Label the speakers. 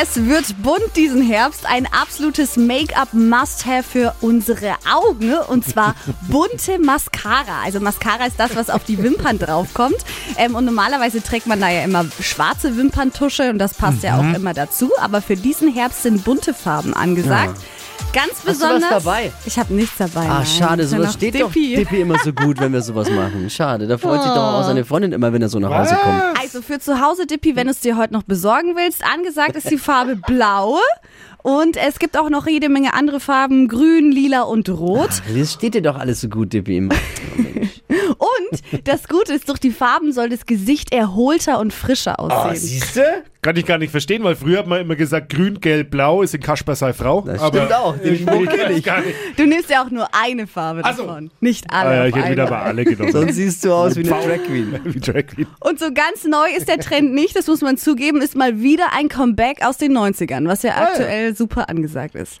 Speaker 1: Es wird bunt diesen Herbst. Ein absolutes Make-up-Must-Have für unsere Augen. ne? Und zwar bunte Mascara. Also Mascara ist das, was auf die Wimpern draufkommt. Ähm, und normalerweise trägt man da ja immer schwarze Wimperntusche und das passt ja
Speaker 2: Mhm.
Speaker 1: auch immer dazu. Aber für diesen Herbst sind bunte Farben angesagt. Ganz
Speaker 2: du was
Speaker 1: besonders.
Speaker 2: dabei?
Speaker 1: Ich habe nichts dabei.
Speaker 2: Ah,
Speaker 1: nein.
Speaker 2: schade,
Speaker 1: Ich bin
Speaker 2: sowas
Speaker 1: noch
Speaker 2: steht doch
Speaker 1: Dippi. Oh.
Speaker 2: Dippi immer so gut, wenn wir sowas machen. Schade, da freut sich doch auch seine Freundin immer, wenn er so nach Hause kommt.
Speaker 1: Also für zu Hause, Dippi, wenn du es dir heute noch besorgen willst, angesagt ist die Farbe blau. Und es gibt auch noch jede Menge andere Farben, grün, lila und rot.
Speaker 2: Das steht dir doch alles so gut, Dippi. immer.
Speaker 1: Ah, Und das Gute ist, durch die Farben soll das Gesicht erholter und frischer aussehen.
Speaker 2: siehst du?
Speaker 3: Kann ich gar nicht verstehen, weil früher hat man immer gesagt, grün, gelb, blau ist in Kasper sei Frau.
Speaker 2: Das stimmt auch, den
Speaker 3: ich kenne ich gar nicht.
Speaker 1: du nimmst ja auch nur eine Farbe
Speaker 3: Ah. Ach so.
Speaker 1: davon, nicht alle.
Speaker 3: Ah, ja,
Speaker 1: auf
Speaker 3: ich hätte wieder bei
Speaker 1: einmal.
Speaker 3: alle genommen.
Speaker 2: Sonst siehst du aus wie eine Drag Queen.
Speaker 3: Wie Drag Queen.
Speaker 1: Und so ganz neu ist der Trend nicht,
Speaker 3: Ah
Speaker 1: das muss man zugeben, ist mal wieder ein Comeback aus den 90ern, was ja aktuell super angesagt ist.